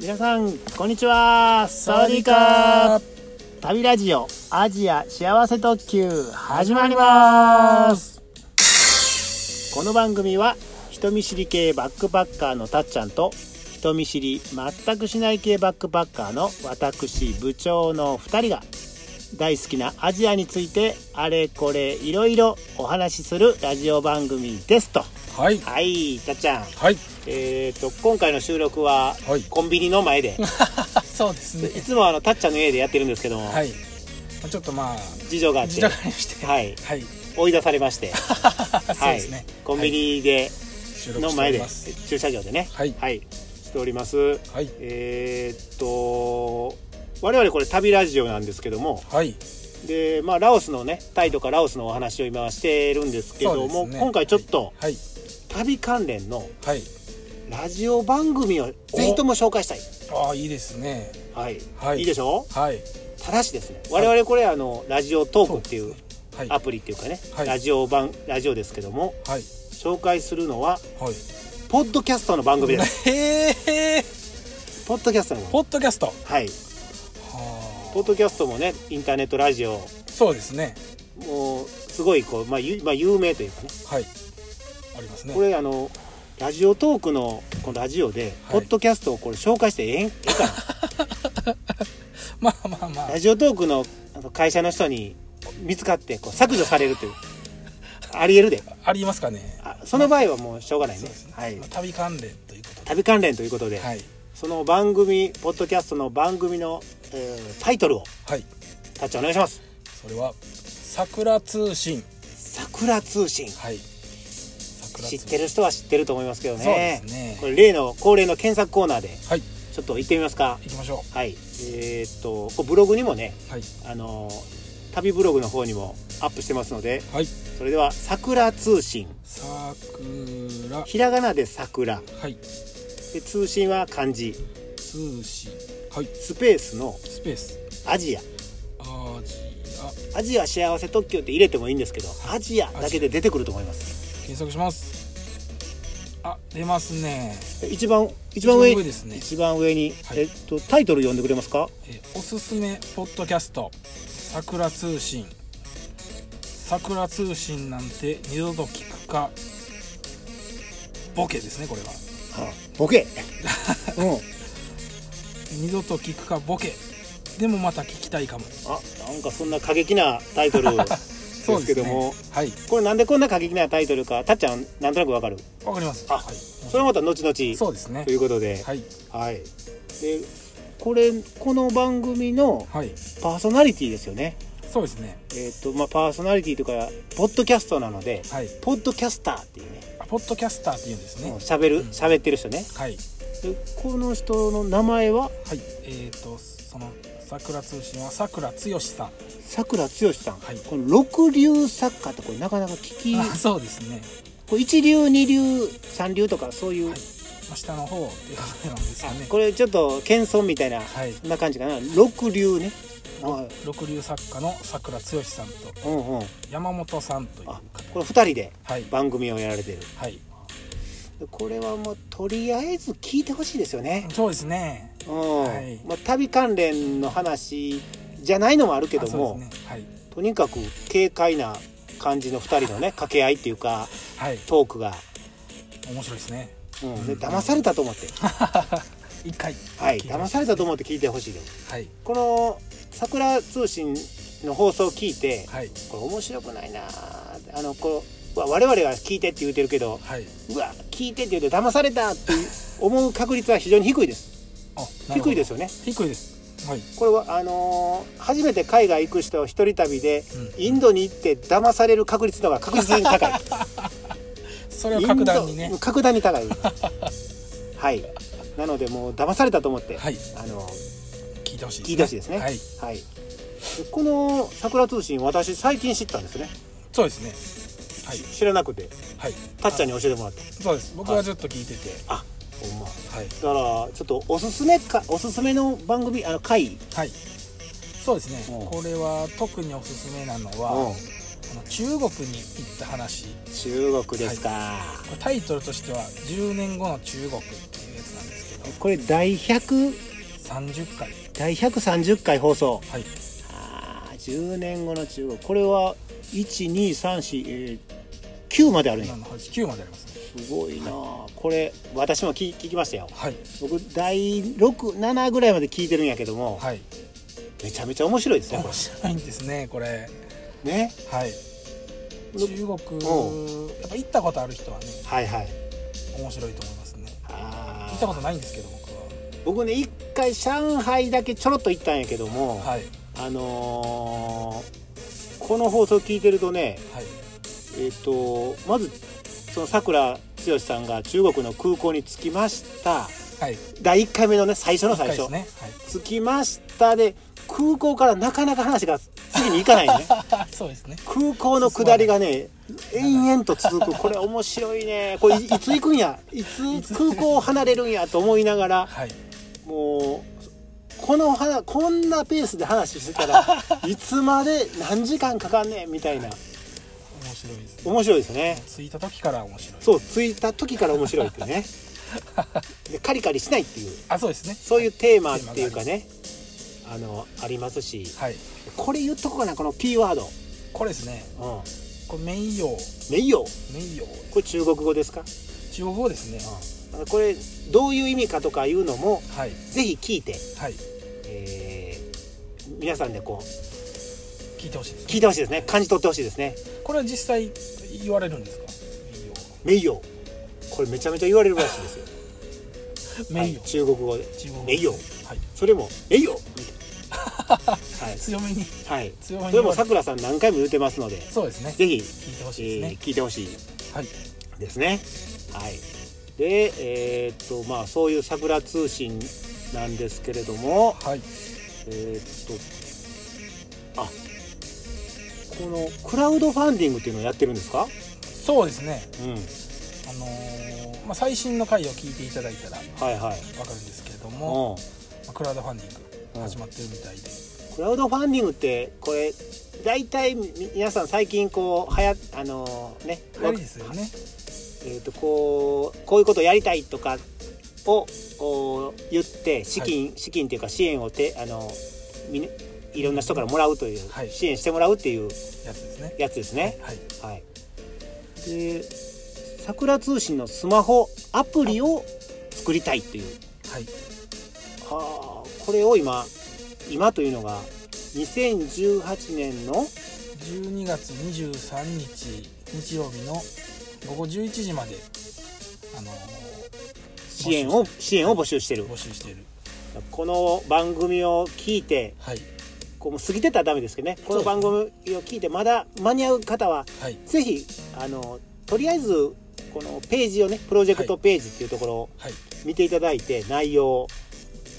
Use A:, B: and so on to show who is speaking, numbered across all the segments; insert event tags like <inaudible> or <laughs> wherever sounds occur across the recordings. A: 皆さんこんにちはサワディーカー旅ラジオアジア幸せ特急始まりますこの番組は人見知り系バックパッカーのたっちゃんと人見知り全くしない系バックパッカーの私部長の2人が大好きなアジアについてあれこれいろいろお話しするラジオ番組ですと
B: はい
A: はいたっちゃん
B: はい
A: えー、と今回の収録は
B: はい
A: コンビニの前で、
B: そうですね
A: い、つもあのたっちゃんの家でやってるんですけども、
B: はいちょっとまあ
A: 事情があっ
B: 時
A: て
B: 間がありまして
A: は
B: はいはい
A: 追い出されまして、
B: <laughs> そうですね
A: コンビニで、
B: 収録
A: の
B: してお
A: 前
B: り
A: で
B: ます
A: 駐車場でね
B: はい
A: しております
B: はい
A: えー、っと我々これ旅ラジオなんですけども
B: はい
A: で、まあ、ラオスのねタイとかラオスのお話を今はしてるんですけど
B: そ
A: も、
B: うですね
A: 今回ちょっと
B: はい
A: 旅関連の
B: はい
A: ラジオ番組をぜひとも紹介したい、
B: ああいいですね
A: はい
B: はい
A: いいでしょ
B: はい
A: ただしですね我々これあのラジオトークっていう
B: はいは
A: ア
B: い
A: プリっていうかね、
B: はい
A: ラジオ版ラジオですけども
B: はい
A: 紹介するのはポッドキャストの番組です
B: へ <laughs> え
A: ポッドキャストの番組
B: ポッドキャスト
A: はい
B: は
A: ポッドキャストもねインターネットラジオ
B: あそうですね
A: もうすごいこう、まあゆまあ、有名というかね
B: はいありますね
A: これあのラジオトークのこのラジオで、ポッドキャストをこれ紹介してええんええか
B: <laughs> まあまあま
A: な
B: あ
A: ラジオトークのあの会社の人に見つかってこう削除される
B: <laughs>
A: というありえるで
B: ありますかね
A: あその場合はもうしょうがない
B: そう
A: ね
B: ですね
A: はい
B: まあ、旅関連というこ
A: 旅関連ということで、
B: とではい
A: その番組ポッドキャストの番組の、えータイトルを
B: はい
A: タッチお願いします
B: それは桜通信
A: 「桜通信」
B: はい桜
A: 知ってる人は知ってると思いますけどね
B: そうですね
A: これ例の恒例の検索コーナーで
B: はい
A: ちょっと行ってみますか
B: 行きましょ
A: はいえーっとこれブログにもね
B: うはい
A: あのー旅ブログの方にもアップしてますので
B: はい
A: それでは「桜通信」
B: 桜
A: ひらがなで桜
B: はい
A: で通信は漢字
B: 通信はい
A: スペースの
B: スペース
A: アジア
B: アジア
A: アジア幸せ特急って入れてもいいんですけどアジアだけで出てくると思います
B: 検索しますあ出ますね
A: 一番一番上
B: 一番上ですね
A: 一番上に、
B: はい
A: えっとタイトル読んでくれますか
B: えおすすめポッドキャスト桜通信桜通信なんて二度と聞くかボケですねこれは
A: ボケ
B: <laughs>
A: うん
B: 二度と聞くかボケでもまた聞きたいかも
A: あなんかそんな過激なタイト
B: <laughs>
A: ルですけども、
B: そうですねはい
A: これなんでこんな過激なタイトルかたっちゃんなんとなくわかる
B: わかります
A: あ
B: はい
A: それはまた後々
B: そうですね
A: ということで
B: はい
A: はい、でこれこの番組の
B: はい
A: パーソナリティですよね
B: そうですね
A: えっとまあパーソナリティとかポッドキャストなので、
B: はい
A: ポッドキャスターっていうね
B: あポッドキャスターっていうんですね、
A: うん喋る
B: うん
A: 喋ってる人ね
B: はい
A: でこの人の名前は
B: はいえっ、ー、とその桜通信は桜剛さん
A: さくらつよしさん、
B: はい
A: この六流作家ってこれなかなか聞き
B: あ <laughs> そうですね、
A: これ一流二流三流とかそういう、
B: はいまあ、下の方っていうことなんですか
A: あ
B: ね
A: これちょっと謙遜みたいな、
B: はい
A: そんな感じかな六流ねあ
B: 六流作家の桜剛さんと
A: うんうん
B: 山本さんという
A: あ
B: 方
A: これ二人で
B: はい
A: 番組をやられてる
B: はい
A: でこれはもうとりあえず聞いてほしいですよね
B: そうですね
A: うん、
B: はい
A: まあ、旅関連の話じゃないのもあるけど
B: あそ
A: も、
B: うですねはい
A: とにかく軽快な感じの二人のね掛け合いっていうか
B: はい
A: トークが、
B: 面白いですね
A: うん、で騙されたと思って
B: 一回
A: はい、
B: 聞てみ
A: 騙
B: ます
A: されたと思って聞いてほしいです。
B: はい
A: この桜通信の放送を聞いて、
B: はい
A: これ面白くないなああのこううわ我々は聞いてって言ってるけど、
B: はいう
A: わ聞いてって言うと騙されたって思う確率は非常に低いです。
B: あなるほど
A: 低いですよね。
B: 低いですはい
A: これはあのー初めて海外行く人一人旅で、
B: うん
A: インドに行って騙される確率の方が確実に
B: <laughs>
A: 高い。
B: それは格段に
A: イン
B: ね
A: ド格段に
B: <laughs>
A: 高い。はい。なのでもう騙されたと思って、
B: はい
A: あの
B: 聞いてほしい
A: 聞いてほしいですね。
B: はい
A: はい。この桜通信、私最近知ったんですね。
B: そうですねはい
A: し知らなくて、
B: はい
A: たっちゃんに教えてもらって。
B: そうです僕はずっと聞いてて
A: あ、ほんま。
B: はい
A: だから、ちょっとおすすめか、おすすめの番組、あの回。
B: はいそうです
A: うん
B: ねこれは特におすすめなのはあの中国に行った話
A: 中国ですか。
B: これタイトルとしては「10年後の中国」っていうやつなんですけど
A: これ第100
B: 30回
A: 第130回放送
B: はい
A: あー10年後の中国これは12349、えー9まであるんや
B: 789までありますね
A: すごいなあこれ私も聞聞きましたよ
B: はい
A: 僕第67ぐらいまで聞いてるんやけども
B: はい
A: めちゃめちゃ面白いですねこ
B: 面白いんですねこれ
A: れね
B: はい中国やっぱ行ったことある人はね
A: はいはい
B: 面白いと思いますね
A: あ
B: 行ったこ
A: ー
B: とないんですけど僕
A: 僕ね一回上海だけちょろっと行ったんやけども、
B: ははい
A: あのーこの放送聞いてるとね
B: はい
A: えっ、とまずそのさくら剛さんが中国の空港に着きました
B: はい
A: 第1回目のね最初の
B: 一
A: 最
B: 回で
A: 初
B: す、ねはい <laughs>
A: 着きましたで空港からなかなか話が次に行かないね
B: そうですね。
A: 空港の下りがね延々と続くこれ面白いねこれいいつ行くんやいつ空港を離れるんやと思いながら
B: はい。
A: もうこの話こんなペースで話してたらいつまで何時間かかんねんみたいな
B: 面白いですね。
A: 面白いですね
B: 着いた時から面白い。
A: そう着いた時から面白いっていうねでカリカリしないっていう
B: あ、そうですね。
A: そういうテーマっていうかねあのありますし
B: はい。
A: これ言っとこうかなこの P ワード
B: これですね。
A: うん
B: これ名誉
A: 名誉
B: 名誉
A: これ中国語ですか、
B: 中国語ですね。
A: うん、これどういう意味かとかいうのも
B: はい
A: ぜひ聞いて、
B: はい。
A: えー皆さんでこう
B: 聞いてほしいです、
A: 聞いてほしいですね感じ取ってほしいですね
B: これは実際言われるんですか。
A: 名誉これめちゃめちゃ言われるらしいですよ
B: <laughs> 名誉
A: はい中国語で
B: 中国語。
A: 名誉
B: はい。
A: それも名
B: <laughs>
A: 誉みたいな
B: 強めに。
A: はい、はい、
B: 強めに。
A: それもさくらさん何回も言ってますので
B: そうですね。
A: ぜひ、
B: 聞いてほ
A: え
B: しいで
A: ー聞いてほしい
B: すね。はい。
A: ですね。はい、で、えーっとまあそういう桜通信なんですけれども、
B: はい。
A: えーっとあこのクラウドファンディングっていうのをやってるんですか？
B: そうですね。
A: うん、
B: あのーまあ最新の回を聞いていただいたらわ
A: はいはい。
B: かるんですけれども、
A: う
B: まあクラウドファンディン
A: う
B: グ
A: ん
B: 始まってるみたいで。
A: ん、クラウドファンディングってこれ大体み皆さん最近こうはやあのーね、
B: あれですよね。
A: えーっとこうこういうことやりたいとかをこう言って資金、資金っていうか支援をてあのみねいろんな人からもらうという、
B: はい
A: 支援してもらうっていう
B: やつですね。
A: やつですね。
B: はい。
A: はい。で、桜通信のスマホアプリを作りたいっていう。
B: はい。
A: はあ、これを今今というのが2018年の
B: 12月23日日曜日の午後11時まで、あの
A: 支援を支援を募集してる
B: 募。集している
A: この番組を聞いて
B: はい
A: こうもう過ぎてたらダメですけどねこの番組を聞いてまだ間に合う方は
B: はい
A: ぜひあのとりあえずこのページをねプロジェクトページっていうところを
B: はい
A: 見ていただいて内容を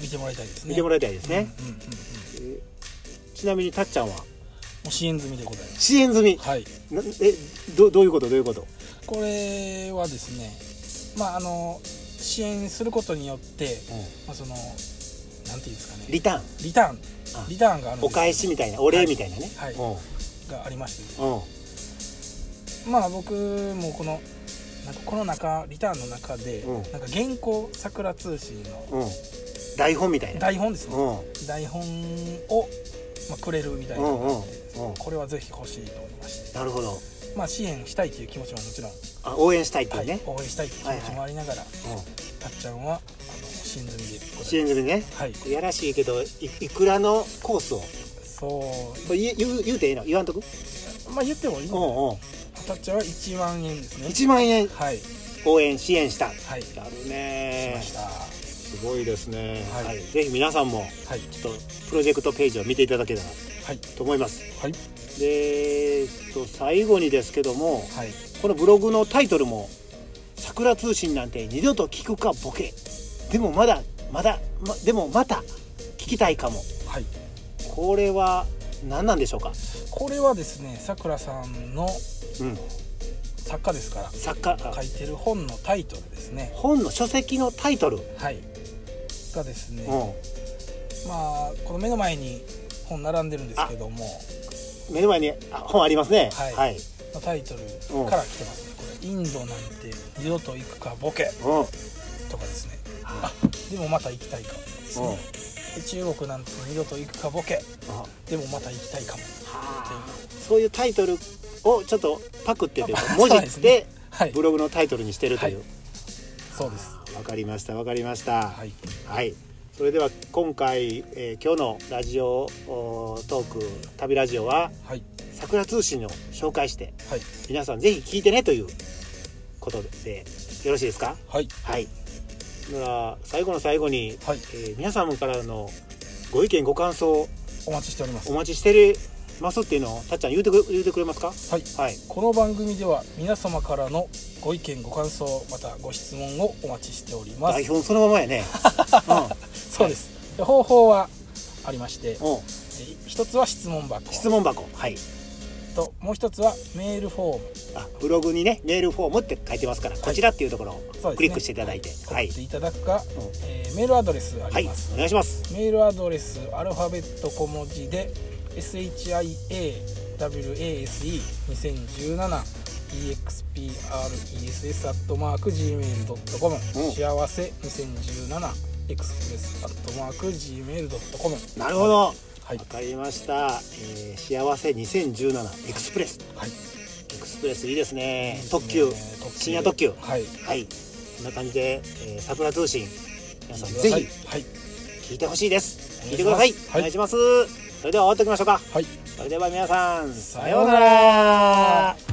B: 見てもらいたいですね
A: 見ても
B: らい
A: らいたいです
B: たい
A: ね、
B: うんうんうんうん、も
A: えーちなみにたっちゃんは
B: う支援済みでございます
A: 支援済み
B: はい
A: なえどどういうことどういうこと
B: これはですねまああの支援することによって、まあ、そのなんていうんですかね
A: リターン
B: リターン
A: あ
B: リターンがあるんです
A: お返しみたいなお礼みたいなね
B: はい
A: うん
B: がありましてですね
A: うん
B: まあ僕もこのなんかこの中リターンの中で、
A: うん
B: なんか原稿桜通信の
A: うん台本みたいな
B: 台本です
A: う
B: ね、
A: んうん
B: 台本を、まあ、くれるみたい
A: う
B: な、
A: んうん
B: これはぜひ欲しいと思いまして、
A: なるほど
B: まあ、支援したいという気持ちももちろん、
A: あ応援したいってい
B: は
A: う
B: い
A: ね、
B: 応援したいという気持ちもありながら、
A: う
B: たっちゃんはあの新済みでご
A: ん
B: ざ
A: 支
B: い
A: 援
B: ます
A: 済みね
B: はい
A: いやらしいけどいいくらのコースを
B: そ
A: これ言え言う言うてええの言わんとく
B: うまあ言ってもいい
A: うんうん
B: たっちゃんは1万円ですね
A: 1万円
B: はい
A: 応援支援した
B: はい、
A: やる
B: し
A: ね
B: ましたは
A: すごいですね
B: はい
A: はいぜひ皆さんも
B: い
A: ちょっとプロジェクトページを見ていただけたら
B: はい
A: と思います
B: はい
A: でえっと最後にですけども
B: はい
A: このブログのタイトルも「桜通信なんて二度と聞くかボケ」でもまだまだ、ま、でもまた聞きたいかも
B: はい
A: これは何なんでしょうか、
B: これはですねさくらさんの
A: うん、
B: 作家ですから
A: 作家あ
B: 書いてる本のタイトルですね
A: 本の書籍のタイトル、うん、
B: はいがですね、まあこの目の前に本並んでるんですけども
A: 目の前にあ本ありますね
B: はい
A: はい、
B: のタイトルから来てますねこれ「インドなんて二度と行くかボケ
A: うん」
B: とかですね
A: あ
B: でもまた行きたいかもです
A: おう
B: ねで中国なんて二度と行くかボケ
A: あ
B: でもまた行きたいかもっていう
A: そういうタイトルをちょっとパクってというか文字
B: そうで
A: っ
B: す
A: て
B: ねはい
A: ブログのタイトルにしてるという
B: はそうです
A: わかりましたわかりました
B: はい
A: はいそれでは今回、えー今日のラジオおートーク旅ラジオは
B: はい
A: 桜通信を紹介して
B: はい
A: 皆さんぜひ聞いてねということでよろしいですか
B: はい
A: はいなら最後の最後に、
B: はい
A: えー皆様からのご意見ご感想
B: お待ちしております
A: お
B: は
A: 待ちしてますっていうのをたっちゃん言うてく言うてくれますか
B: い
A: はい
B: この番組では皆様からのご意見ご感想またご質問をお待ちしておりま
A: 台
B: す
A: 本そのままやね
B: そうですで方法はありまして
A: うんうん
B: え一つは質問箱
A: 質問箱はい
B: ともう一つはメールフォーム
A: あブログにねメールフォームって書いてますからこちらっていうところ
B: すね
A: をクリックしていただいては
B: 送
A: い
B: っていただくか、
A: うん
B: えーメールアドレスあ
A: は
B: り
A: い
B: ます、
A: お願いします
B: メールアドレスアルファベット小文字で shiawase2017express アットマーク gmail.com
A: ん
B: 幸せ2017エクスプレスアットマーク gmail.com
A: なるほどわ
B: はい
A: かりましたえー幸せ2017エクスプレス
B: はい
A: エクスプレスいいですね
B: ですね
A: 特急深夜特急
B: はい
A: はいこんな感じで、えー桜通信皆さん
B: 聞いて
A: ぜ
B: ください
A: ひ
B: はい
A: 聞いてほしいです聞いて
B: お
A: くださ
B: 願
A: い
B: いします
A: お願いしますそれでは終わっておきましょうか
B: はい
A: それでは皆さんさ
B: さような
A: ら